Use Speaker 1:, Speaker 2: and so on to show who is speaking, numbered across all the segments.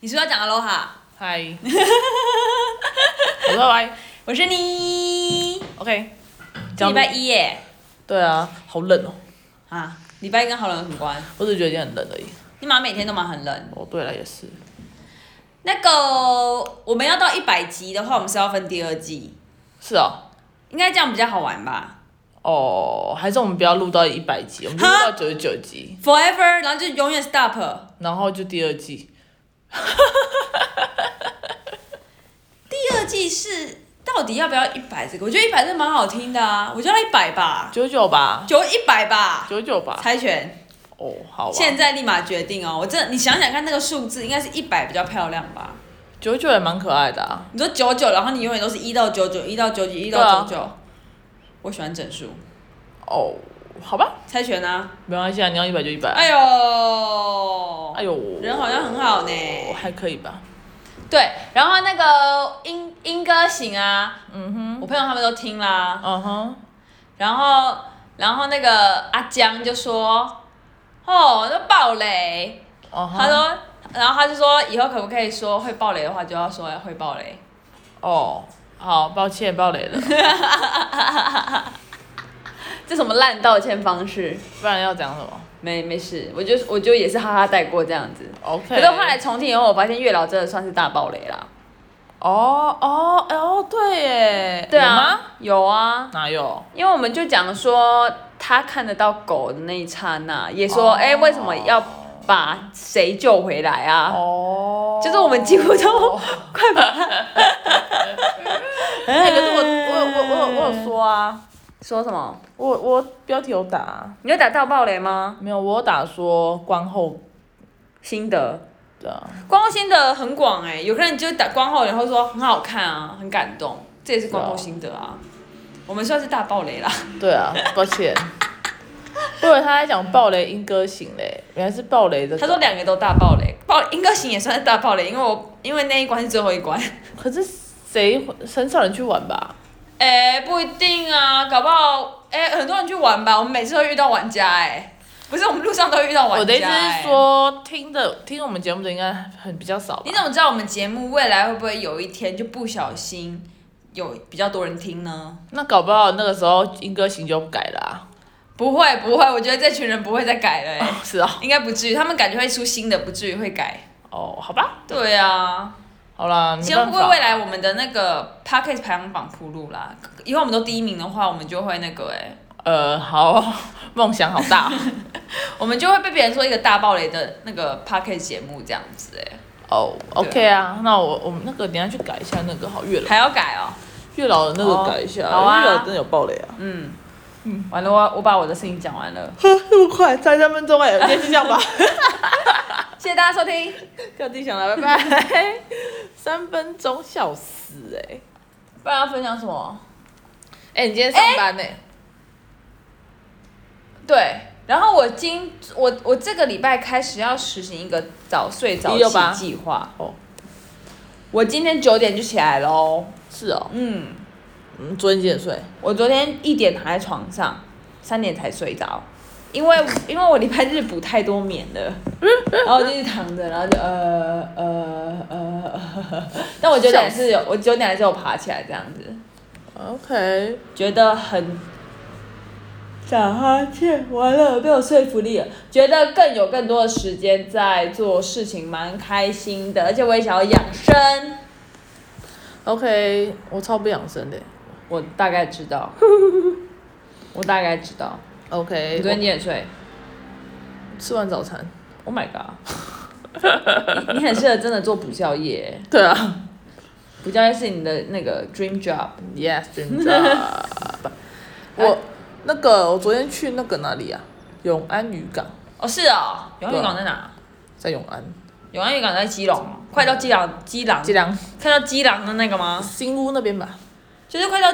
Speaker 1: 你是不是要讲 Aloha？
Speaker 2: 嗨， 我说拜
Speaker 1: 我是你，
Speaker 2: ，OK，
Speaker 1: 这礼拜一耶
Speaker 2: 对啊，好冷哦，
Speaker 1: 啊，礼拜一跟好冷有什么关？
Speaker 2: 我只是觉得今天很冷而已。
Speaker 1: 你妈每天都忙很冷。
Speaker 2: 哦，对了，也是，
Speaker 1: 那个我们要到一百集的话，我们是要分第二季，
Speaker 2: 是哦，
Speaker 1: 应该这样比较好玩吧
Speaker 2: 哦，还是我们不要录到一百集，我们就录
Speaker 1: 哈
Speaker 2: 到九十九集，
Speaker 1: ？Forever，然后就永远 stop。
Speaker 2: 然后就第二季。
Speaker 1: 第二季是到底要不要一百？这个我觉得一百是蛮好听的啊，我就要一百吧，
Speaker 2: 九九吧，
Speaker 1: 九一百吧，
Speaker 2: 九九吧，
Speaker 1: 猜拳，
Speaker 2: 哦，好吧，
Speaker 1: 现在立马决定哦。我真的，你想想看，那个数字应该是一百比较漂亮吧？
Speaker 2: 九九也蛮可爱的啊，
Speaker 1: 你说九九，然后你永远都是一到九九，一到九九，一到九九。我喜欢整数，
Speaker 2: 哦，好吧，
Speaker 1: 猜拳啊！
Speaker 2: 没关系啊，你要一百就一百，
Speaker 1: 哎呦，
Speaker 2: 哎呦，
Speaker 1: 人好像很好呢。
Speaker 2: 哦还可以吧，
Speaker 1: 对，然后那个英英歌行啊，嗯哼，我哦朋友他们都听啦，
Speaker 2: 嗯哼，
Speaker 1: 然后然后那个阿江就说，哦，那爆雷，
Speaker 2: 嗯
Speaker 1: 他
Speaker 2: 哼，
Speaker 1: 说，然后他就说以后可不可以说会爆雷的话就要说会爆雷，
Speaker 2: 哦，好，抱歉，爆雷了，
Speaker 1: 这什么烂道歉方式？
Speaker 2: 不然要讲什么
Speaker 1: 没没事，我就我就也是哈哈带过这样子。
Speaker 2: ？OK，
Speaker 1: 可是后来重听以后，我发现月老真的算是大爆雷啦。
Speaker 2: 哦哦哎哦，对耶，
Speaker 1: 对
Speaker 2: 有吗？
Speaker 1: 啊，有啊，
Speaker 2: 哪有？
Speaker 1: 因为我们就讲说他看得到狗的那一刹那，也说
Speaker 2: 哦
Speaker 1: 哎、为什么要把谁救回来啊？
Speaker 2: 哦
Speaker 1: 就是我们几乎都快把他
Speaker 2: 哎、可是我我我我我有说啊，
Speaker 1: 说什么？
Speaker 2: 我我标题有打，
Speaker 1: 你有打到爆雷吗？
Speaker 2: 没有，我有打说观后
Speaker 1: 心得。
Speaker 2: 的，
Speaker 1: 光后心得很广哎、有个人就打光后，然后说很好看啊，很感动，这也是光后心得啊。我们算是大爆雷啦。
Speaker 2: 对啊， 抱歉，我以为他在讲暴雷英歌行嘞，原来是暴雷的。
Speaker 1: 他说两个都大爆雷，爆应该行也算是大爆雷，因为我因为那一关是最后一关。
Speaker 2: 可是谁会很少人去玩吧？
Speaker 1: 哎、不一定啊，搞不好哎、很多人去玩吧，我们每次都遇到玩家哎、不是我们路上都遇到玩家、
Speaker 2: 我的意思
Speaker 1: 哎
Speaker 2: 是，说，听的听我们节目的应该很比较少吧
Speaker 1: 你。怎么知道我们节目未来会不会有一天就不小心有比较多人听呢？
Speaker 2: 那搞不好那个时候英歌行就改了啊。
Speaker 1: 不会不会，我觉得这群人不会再改了哎、
Speaker 2: 是啊。
Speaker 1: 应该不至于，他们感觉会出新的，不至于会改。
Speaker 2: 哦，好吧，
Speaker 1: 对啊，
Speaker 2: 好啦，没
Speaker 1: 先
Speaker 2: 办
Speaker 1: 为
Speaker 2: 法。
Speaker 1: 未来我们的那个 p a c k e t 排行榜铺路啦。以后我们都第一名的话，我们就会那个哎、
Speaker 2: 呃，好，梦想好大
Speaker 1: 我们就会被别人说一个大爆雷的那个 p a c k e t 节目这样子哎、
Speaker 2: 哦。OK 啊，那我我们那个等一下去改一下那个好月老
Speaker 1: 还要改哦、
Speaker 2: 月老的那
Speaker 1: 哦
Speaker 2: 个改一下，
Speaker 1: 好啊
Speaker 2: 月老真的有暴雷啊，
Speaker 1: 嗯，完了，我我把我的事情讲完了，
Speaker 2: 这么快，才三分钟哎，今天就这样 吧，
Speaker 1: 谢谢大家收听。
Speaker 2: 掉地想了，拜拜。三分钟笑死哎、欸！
Speaker 1: 不然要分享什么？
Speaker 2: 哎、你今天上班呢、
Speaker 1: 对，然后我今我我这个礼拜开始要实行一个早睡早
Speaker 2: 168
Speaker 1: 起计划。
Speaker 2: 哦，
Speaker 1: 我今天九点就起来喽。
Speaker 2: 是哦，
Speaker 1: 嗯，
Speaker 2: 嗯，昨天几点睡？
Speaker 1: 我昨天一点躺在床上，三点才睡着，因为因为我礼拜日补太多眠了，然后我就一直躺着，然后就呃呃呃呃，但我九点还是有，我九点还是有爬起来这样子。
Speaker 2: OK，
Speaker 1: 觉得很打哈欠，完了被我说服力了，觉得更有更多的时间在做事情，蛮开心的，而且我也想要养生。
Speaker 2: OK，我超不养生的、
Speaker 1: 我大概知道，我大概知道。
Speaker 2: OK，
Speaker 1: 你昨天几点睡
Speaker 2: 我吃完早餐。
Speaker 1: ？Oh my god！你你 很适合真的做补教业，
Speaker 2: 对啊
Speaker 1: 补教业是你的那个 dream job。
Speaker 2: ，Yes，真的。 我那个我昨天去那个哪里啊？永安渔港，
Speaker 1: 哦，是哦，永安渔港在哪？
Speaker 2: 在永安，
Speaker 1: 永安渔港在基隆哦，快到基隆，基隆，
Speaker 2: 基良
Speaker 1: 看到基隆的那个吗？
Speaker 2: 新屋那边吧。
Speaker 1: 就是快到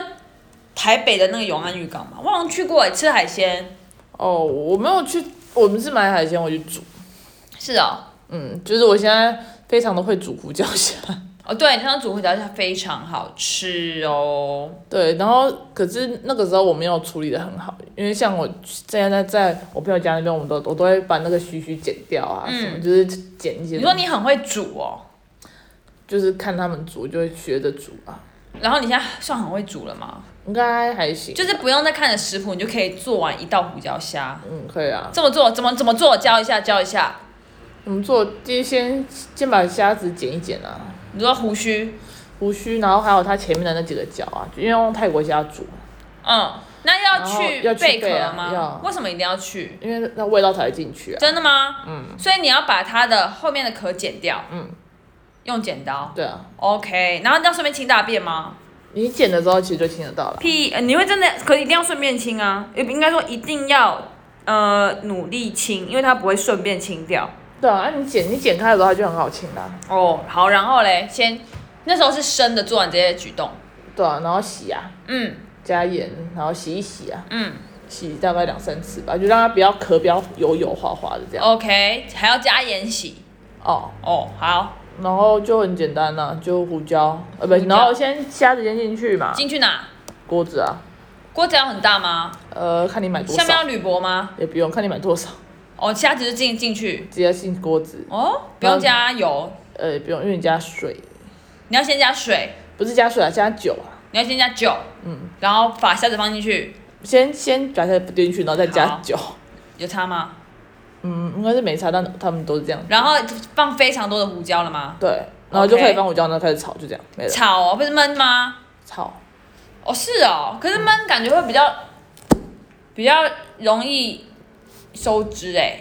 Speaker 1: 台北的那个永安渔港嘛，我好像去过欸吃海鲜。
Speaker 2: 哦，我没有去，我们是买海鲜回去煮。
Speaker 1: 是哦，
Speaker 2: 嗯，就是我现在非常的会煮胡椒虾。
Speaker 1: 哦对，那张煮回家它非常好吃哦。
Speaker 2: 对，然后可是那个时候我没有处理的很好，因为像我现在在我朋友嗯家那边，我们都我都会把那个须须剪掉啊，什么就是剪一些。
Speaker 1: 你说你很会煮哦，
Speaker 2: 就是看他们煮就会学着煮啊，
Speaker 1: 然后你现在算很会煮了吗？
Speaker 2: 应该还行。
Speaker 1: 就是不用再看着食谱，你就可以做完一道胡椒虾。
Speaker 2: 嗯，可以啊。
Speaker 1: 这么做怎么怎么做？教一下，教一下。
Speaker 2: 我们做第一先先把虾子剪一剪啊，
Speaker 1: 你说胡须，
Speaker 2: 胡须，然后还有它前面的那几个角啊，就因为用泰国虾煮，
Speaker 1: 嗯，那要去
Speaker 2: 然后要去
Speaker 1: 贝壳
Speaker 2: 贝啊
Speaker 1: 吗
Speaker 2: 要？
Speaker 1: 为什么一定要去？
Speaker 2: 因为那味道才会进去啊。
Speaker 1: 真的吗？
Speaker 2: 嗯
Speaker 1: 所以你要把它的后面的壳剪掉，
Speaker 2: 嗯，
Speaker 1: 用剪刀。
Speaker 2: 对啊，
Speaker 1: OK，然后要顺便清大便吗？
Speaker 2: 你剪的时候其实就听得到了。
Speaker 1: 屁，呃你会真的，可一定要顺便清啊，也不应该说一定要呃努力清，因为它不会顺便清掉。
Speaker 2: 对啊，啊你剪你剪开的时候它就很好清啊啦、
Speaker 1: 哦，好，然后嘞，先那时候是生的做完这些举动，
Speaker 2: 对啊，然后洗啊，
Speaker 1: 嗯
Speaker 2: 加盐，然后洗一洗啊，
Speaker 1: 嗯
Speaker 2: 洗大概两三次吧，就让它不要壳不要油油滑滑的这样。
Speaker 1: ，OK，还要加盐洗
Speaker 2: 哦，
Speaker 1: 哦，好，
Speaker 2: 然后就很简单啦、就胡椒，呃不，
Speaker 1: 胡椒
Speaker 2: 然后先虾子先进去嘛，
Speaker 1: 进去哪？
Speaker 2: 锅子啊，
Speaker 1: 锅子要很大吗？
Speaker 2: 呃，看你买多
Speaker 1: 下面要
Speaker 2: 少，
Speaker 1: 铝箔吗？
Speaker 2: 也不用看你买多少，
Speaker 1: 哦，虾只是进进去
Speaker 2: 直接进锅子，
Speaker 1: 哦，不
Speaker 2: 嗯
Speaker 1: 用加油，
Speaker 2: 呃，也不用，因为你加水，
Speaker 1: 你要先加水，
Speaker 2: 不是加水啊，加酒啊，
Speaker 1: 你要先加酒，嗯，然后把虾子放进去，
Speaker 2: 先先把它丢进去，然后再加
Speaker 1: 好
Speaker 2: 酒，
Speaker 1: 有差吗？
Speaker 2: 嗯，应该是没差，但他们都是这样，
Speaker 1: 然后放非常多的胡椒了吗？
Speaker 2: 对，然后就
Speaker 1: OK
Speaker 2: 可以放胡椒，然后开始炒，就这样，没了，
Speaker 1: 炒哦，不是焖吗？
Speaker 2: 炒，
Speaker 1: 哦，是哦，可是焖感觉会比较比较容易收汁哎，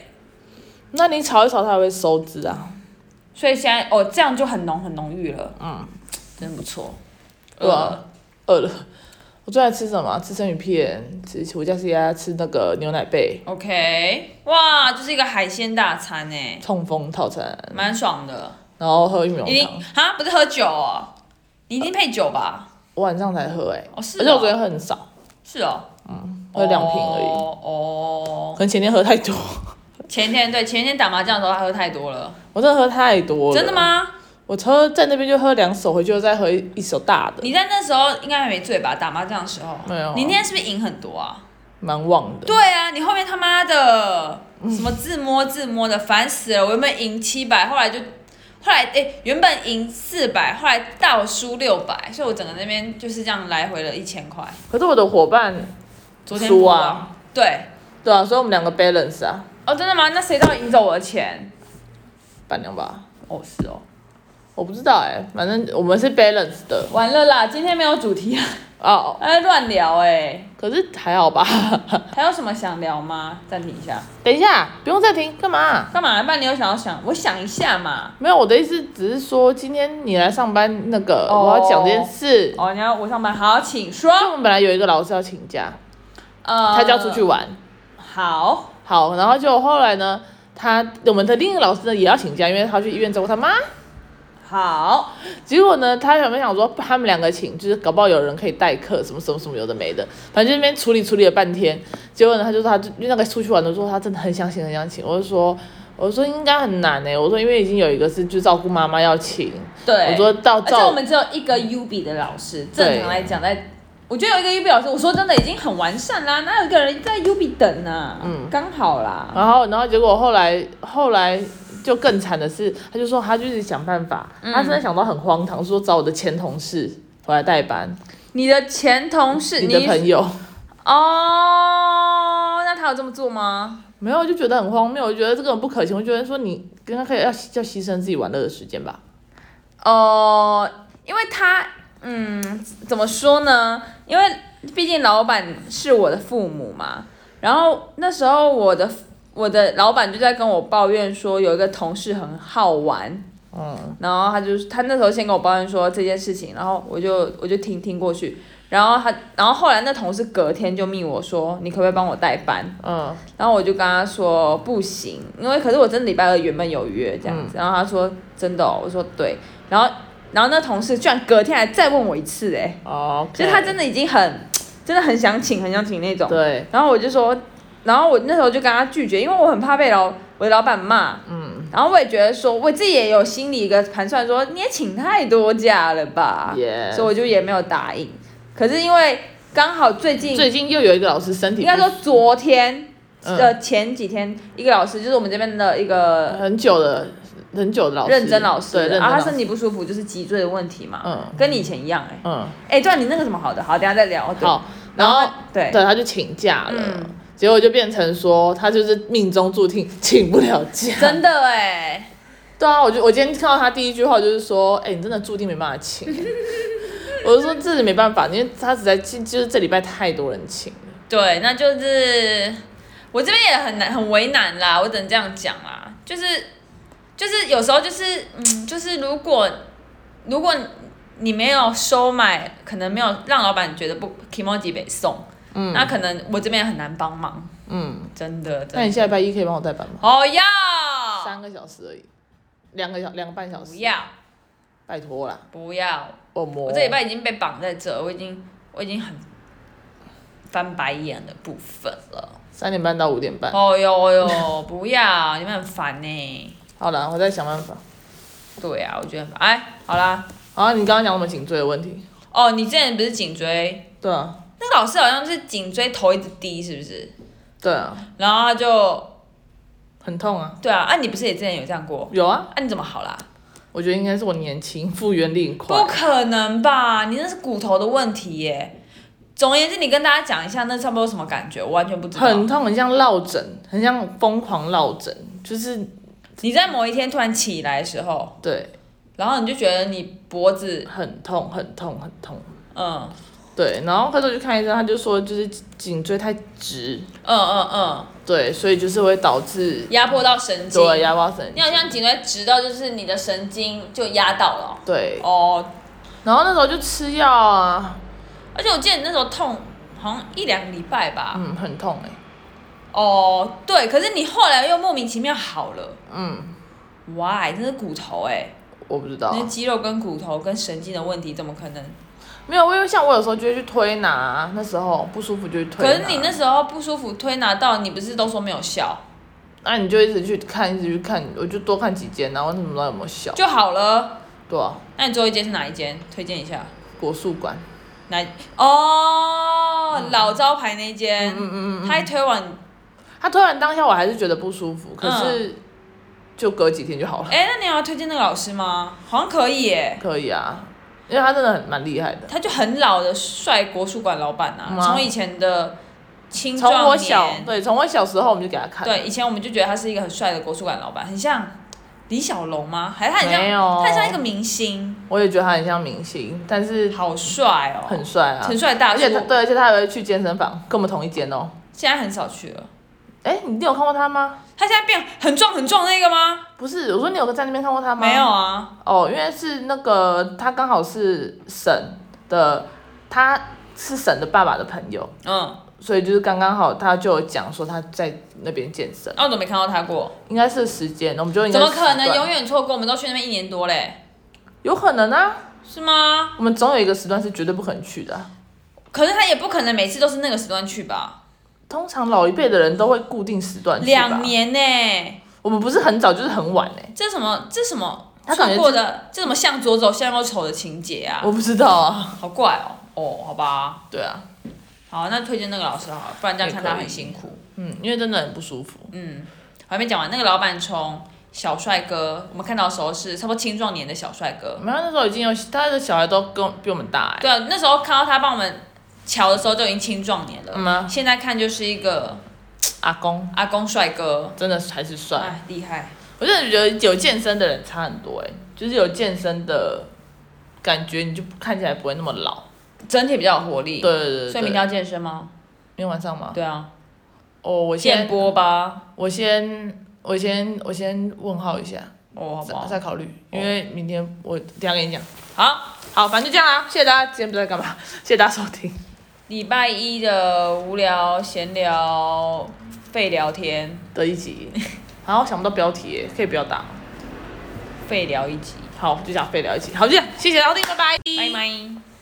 Speaker 2: 那你炒一炒，它还会收汁啊，
Speaker 1: 所以现在哦，这样就很浓很浓郁了，
Speaker 2: 嗯，
Speaker 1: 真不错。
Speaker 2: 对啊
Speaker 1: 呃，
Speaker 2: 饿了。我最爱吃什么啊？吃生鱼片，吃我家是家吃那个牛奶贝
Speaker 1: OK，哇，就是一个海鲜大餐哎，
Speaker 2: 痛风套餐，
Speaker 1: 蛮爽的。
Speaker 2: 然后喝玉米浓
Speaker 1: 已经
Speaker 2: 汤。
Speaker 1: 啊，不是喝酒哦，你一定配酒吧？
Speaker 2: 我晚上才喝哎、
Speaker 1: 哦，是
Speaker 2: 而且我昨
Speaker 1: 哦，
Speaker 2: 天喝很少，
Speaker 1: 是哦，
Speaker 2: 喝两瓶而已，
Speaker 1: 哦哦
Speaker 2: 可，能前天喝太多，
Speaker 1: 前天对，前天打麻将的时候他喝太多了，
Speaker 2: 我真的喝太多了。
Speaker 1: 真的？吗？
Speaker 2: 我喝在那边就喝两手，回去又再喝一一手大的，
Speaker 1: 你在那时候应该还没醉吧？打麻将的时候，
Speaker 2: 没有啊
Speaker 1: 你那天是不是赢很多啊？
Speaker 2: 蛮旺的。
Speaker 1: 对啊，你后面他妈的
Speaker 2: 嗯
Speaker 1: 什么自摸自摸的，烦死了！我原本赢七百，后来就后来哎、诶原本赢四百，后来大我输六百，所以我整个那边就是这样来回了一千块。
Speaker 2: 可是我的伙伴，
Speaker 1: 昨天
Speaker 2: 输啊
Speaker 1: 输啊，对，
Speaker 2: 对啊，所以我们两个 balance 啊，
Speaker 1: 哦，真的吗？那谁知道赢走我的钱？
Speaker 2: 伴娘吧，
Speaker 1: 哦，是哦，
Speaker 2: 我不知道哎、反正我们是 balance 的
Speaker 1: 完了啦，今天没有主题啊，
Speaker 2: 哦。
Speaker 1: 哎，乱聊哎、
Speaker 2: 可是还好吧。
Speaker 1: 还有什么想聊吗？暂停一下，
Speaker 2: 等一下，不用暂停，干嘛、
Speaker 1: 干嘛？不然你有想要想，我想一下嘛。
Speaker 2: 没有，我的意思只是说，今天你来上班，那个、
Speaker 1: 哦
Speaker 2: 我要讲这件事。
Speaker 1: 哦，你要我上班，好，请说。
Speaker 2: 就我们本来有一个老师要请假，
Speaker 1: 呃，
Speaker 2: 他就要出去。玩，
Speaker 1: 好，
Speaker 2: 好，然后就后来呢，他我们的另一个老师呢也要请假，因为他去医院照顾他妈。
Speaker 1: 好。
Speaker 2: 结果呢，他原本想说他们两个请，就是搞不好有人可以代课，什么什么什么有的没的，反正就那边处理处理了半天。结果呢，他就说他就因为那个出去玩的时候，他真的很想请，很想请。我就说，我说应该很难哎、我说因为已经有一个是就照顾妈妈要请，
Speaker 1: 对，
Speaker 2: 我说到
Speaker 1: 而且我
Speaker 2: 照
Speaker 1: 们只有一个 U B 的老师，
Speaker 2: 对
Speaker 1: 正常来讲在。我觉得有一个 U B 老师，我说真的已经很完善啦，哪有一个人在 U B 等啊？嗯，刚好啦。
Speaker 2: 然后，然后结果后来后来就更惨的是，他就说他就是想办法，他真的想到很荒唐，说找我的前同事回来代班，
Speaker 1: 你的前同事，
Speaker 2: 你的朋友
Speaker 1: 哦，那他有这么做吗？
Speaker 2: 没有，就觉得很荒谬，我觉得这个很不可行，我觉得说你跟他可以要牺要牺牲自己玩乐的时间吧，
Speaker 1: 哦、因为他，嗯，怎么说呢？因为毕竟老板是我的父母嘛。然后那时候我的我的老板就在跟我抱怨说，有一个同事很好玩，
Speaker 2: 嗯，
Speaker 1: 然后他就是他那时候先跟我抱怨说这件事情，然后我就我就听听过去，然后他然后后来那同事隔天就密我说你可不可以帮我代班，
Speaker 2: 嗯，
Speaker 1: 然后我就跟他说不行，因为可是我真的礼拜二原本有约这样子，然后他说真的、哦，我说对，然后然后那同事居然隔天还再问我一次哎、
Speaker 2: 哦，
Speaker 1: 所以他真的已经很真的很想请很想请那种，
Speaker 2: 对，
Speaker 1: 然后我就说，然后我那时候就跟他拒绝，因为我很怕被老我的老板骂，嗯，然后我也觉得说，我自己也有心里一个盘算说，你也请太多假了吧
Speaker 2: 也
Speaker 1: 所以我就也没有答应。可是因为刚好最近，
Speaker 2: 最近又有一个老师身体
Speaker 1: 应该说昨天、
Speaker 2: 嗯
Speaker 1: 呃前几天，一个老师就是我们这边的一个
Speaker 2: 很久了，很久的老师，
Speaker 1: 认真老师
Speaker 2: 对，认真
Speaker 1: 啊，
Speaker 2: 老
Speaker 1: 他
Speaker 2: 师，
Speaker 1: 身体不舒服就是脊椎的问题嘛，
Speaker 2: 嗯
Speaker 1: 跟你以前一样哎、
Speaker 2: 嗯，
Speaker 1: 哎、对啊，你那个什么好的，好，等一下再聊。对，
Speaker 2: 好，
Speaker 1: 然
Speaker 2: 然后
Speaker 1: 后对
Speaker 2: 对，他就请假了，
Speaker 1: 嗯
Speaker 2: 结果就变成说他就是命中注定请不了假。
Speaker 1: 真的哎、
Speaker 2: 对啊，我就我今天看到他第一句话就是说，哎、你真的注定没办法 请。我就说这里没办法，因为他实在就是这礼拜太多人请了。
Speaker 1: 对，那就是我这边也很难很为难啦，我只能这样讲啦，就是就是有时候就是嗯，就是如果如果你没有收买，可能没有让老板觉得不 k i m o j i 被送，嗯，那可能我这边也很难帮忙，
Speaker 2: 嗯，
Speaker 1: 真的，
Speaker 2: 那
Speaker 1: 真
Speaker 2: 你
Speaker 1: 的，
Speaker 2: 下礼拜一可以帮我代班吗？
Speaker 1: 哦要
Speaker 2: 三个小时而已，两个小两个半小
Speaker 1: 不
Speaker 2: 时，
Speaker 1: 要
Speaker 2: 拜托啦，
Speaker 1: 不要，
Speaker 2: 我摸。
Speaker 1: 我这礼拜已经被绑在这，我已经我已经很翻白眼的部分了。
Speaker 2: 三点半到五点半，
Speaker 1: 哦呦哦呦，不要，你们很烦呢、
Speaker 2: 好了，我再想办法。
Speaker 1: 对啊，我觉得很烦。哎，好啦，
Speaker 2: 然后你刚刚讲我们颈椎的问题，
Speaker 1: 哦，你之前不是颈椎，
Speaker 2: 对啊，
Speaker 1: 那个老师好像是颈椎头一直低，是不是？
Speaker 2: 对啊，
Speaker 1: 然后他就，
Speaker 2: 很痛啊，
Speaker 1: 对啊，啊，你不是也之前有这样过？
Speaker 2: 有啊，
Speaker 1: 啊，你怎么好啦？
Speaker 2: 我觉得应该是我年轻，复原力很
Speaker 1: 不
Speaker 2: 快。
Speaker 1: 可能吧，你那是骨头的问题耶。总而言之，你跟大家讲一下，那差不多什么感觉？我完全不知道。
Speaker 2: 很痛，很像落枕，很像疯狂落枕，就是
Speaker 1: 你在某一天突然起来的时候，
Speaker 2: 对，
Speaker 1: 然后你就觉得你脖子，
Speaker 2: 很痛，很痛，很痛。
Speaker 1: 嗯
Speaker 2: 对，然后那时候去看医生，他就说就是颈椎太直，
Speaker 1: 嗯嗯嗯，
Speaker 2: 对，所以就是会导致
Speaker 1: 压迫到神经。
Speaker 2: 对啊压迫神
Speaker 1: 你
Speaker 2: 经
Speaker 1: 好。像颈椎直到就是你的神经就压到了
Speaker 2: 对，
Speaker 1: 哦。哦
Speaker 2: 然后那时候就吃药啊，
Speaker 1: 而且我记得你那时候痛好像一两个礼拜吧。
Speaker 2: 嗯，很痛哎、
Speaker 1: 哦，对，可是你后来又莫名其妙好了
Speaker 2: 嗯，
Speaker 1: ，why？这是骨头哎、
Speaker 2: 我不知道啊
Speaker 1: 那，肌肉跟骨头跟神经的问题，怎么可能？
Speaker 2: 没有，因为像我有时候就会去推拿，那时候不舒服就去推
Speaker 1: 可
Speaker 2: 拿。
Speaker 1: 是你那时候不舒服，推拿到你不是都说没有效
Speaker 2: 那你就一直去看，一直去看，我就多看几间，然后怎么知道有没有效？
Speaker 1: 就好了？
Speaker 2: 对啊，
Speaker 1: 那你最后一间是哪一间？推荐一下。
Speaker 2: 国术馆，
Speaker 1: 哪一？哦，老招牌那间，嗯嗯嗯，他一推完
Speaker 2: 他推然当下我还是觉得不舒
Speaker 1: 嗯
Speaker 2: 服，可是就隔几天就好了，
Speaker 1: 哎、那你要推荐那个老师吗？好像可以耶，
Speaker 2: 可以啊，因为他真的很蛮厉害的。
Speaker 1: 他就很老的帅国术馆老板啊
Speaker 2: 嗯，啊
Speaker 1: 从、以前的青
Speaker 2: 从
Speaker 1: 壮
Speaker 2: 我小
Speaker 1: 年，
Speaker 2: 对，从我小时候我们就给他看，
Speaker 1: 对，以前我们就觉得他是一个很帅的国术馆老板，很像李小龙吗？还是他很
Speaker 2: 没
Speaker 1: 像，
Speaker 2: 有
Speaker 1: 他很像一个明星，
Speaker 2: 我也觉得他很像明星，但是
Speaker 1: 好帅哦，
Speaker 2: 很帅啊，
Speaker 1: 很帅大
Speaker 2: 而
Speaker 1: 叔
Speaker 2: 且，他对，而且他还会去健身房，跟我们同一间哦。
Speaker 1: 现在很少去了。
Speaker 2: 哎，你你有看过他吗？
Speaker 1: 他现在变很壮很壮那个吗？
Speaker 2: 不是，我说你有在那边看过他吗？
Speaker 1: 没有啊，
Speaker 2: 哦，因为是那个他刚好是沈的，他是沈的爸爸的朋友，
Speaker 1: 嗯，
Speaker 2: 所以就是刚刚好他就有讲说他在那边健身，
Speaker 1: 那我怎么没看到他过？
Speaker 2: 应该是时间，我们就应该
Speaker 1: 怎么
Speaker 2: 是
Speaker 1: 可能
Speaker 2: 时段
Speaker 1: 永远错过？我们都去那边一年多嘞，
Speaker 2: 有可能啊？
Speaker 1: 是吗？
Speaker 2: 我们总有一个时段是绝对不可能去的啊、
Speaker 1: 可是他也不可能每次都是那个时段去吧？
Speaker 2: 通常老一辈的人都会固定时段去吧
Speaker 1: 两，年呢、
Speaker 2: 我们不是很早就是很晚哎、
Speaker 1: 这什么这什么
Speaker 2: 他感觉
Speaker 1: 错过的这怎么向左走向右走的情节啊？
Speaker 2: 我不知道啊。
Speaker 1: 好怪哦！哦，好吧，
Speaker 2: 对啊，
Speaker 1: 好，那推荐那个老师好了，不然这样看他很辛苦。
Speaker 2: 嗯，因为真的很不舒服。
Speaker 1: 嗯，还没讲完，那个老板从小帅哥，我们看到的时候是差不多青壮年的小帅哥。
Speaker 2: 没有，那时候已经有他的小孩都跟我比我们大哎、
Speaker 1: 对啊，那时候看到他帮我们瞧的时候就已经青壮年了，
Speaker 2: 嗯啊
Speaker 1: 现在看就是一个
Speaker 2: 阿公
Speaker 1: 阿公帅哥，
Speaker 2: 真的还是帅。
Speaker 1: 哎，厉害。
Speaker 2: 我真的觉得有健身的人差很多哎、就是有健身的感觉，你就看起来不会那么老。
Speaker 1: 整体比较有活力。
Speaker 2: 对，对对
Speaker 1: 嗯所以明天
Speaker 2: 对，
Speaker 1: 要健身吗？
Speaker 2: 明天晚上吗？
Speaker 1: 对啊，
Speaker 2: 哦，我
Speaker 1: 健
Speaker 2: 先
Speaker 1: 波吧。
Speaker 2: 我先我先我先问号一下，
Speaker 1: 哦，好不
Speaker 2: 再
Speaker 1: 好？
Speaker 2: 再考虑，因为明天我等一下跟你讲。
Speaker 1: 好，
Speaker 2: 好，反正就这样啦，谢谢大家，今天不知道在干嘛， 谢谢大家收听，
Speaker 1: 礼拜一的无聊闲聊废聊天，
Speaker 2: 的一集。 然后想不到标题耶，可以不要打吗。
Speaker 1: 废聊一集，
Speaker 2: 好，就这样废聊一集。好，就这样，谢谢大家收听，拜拜，
Speaker 1: 拜拜。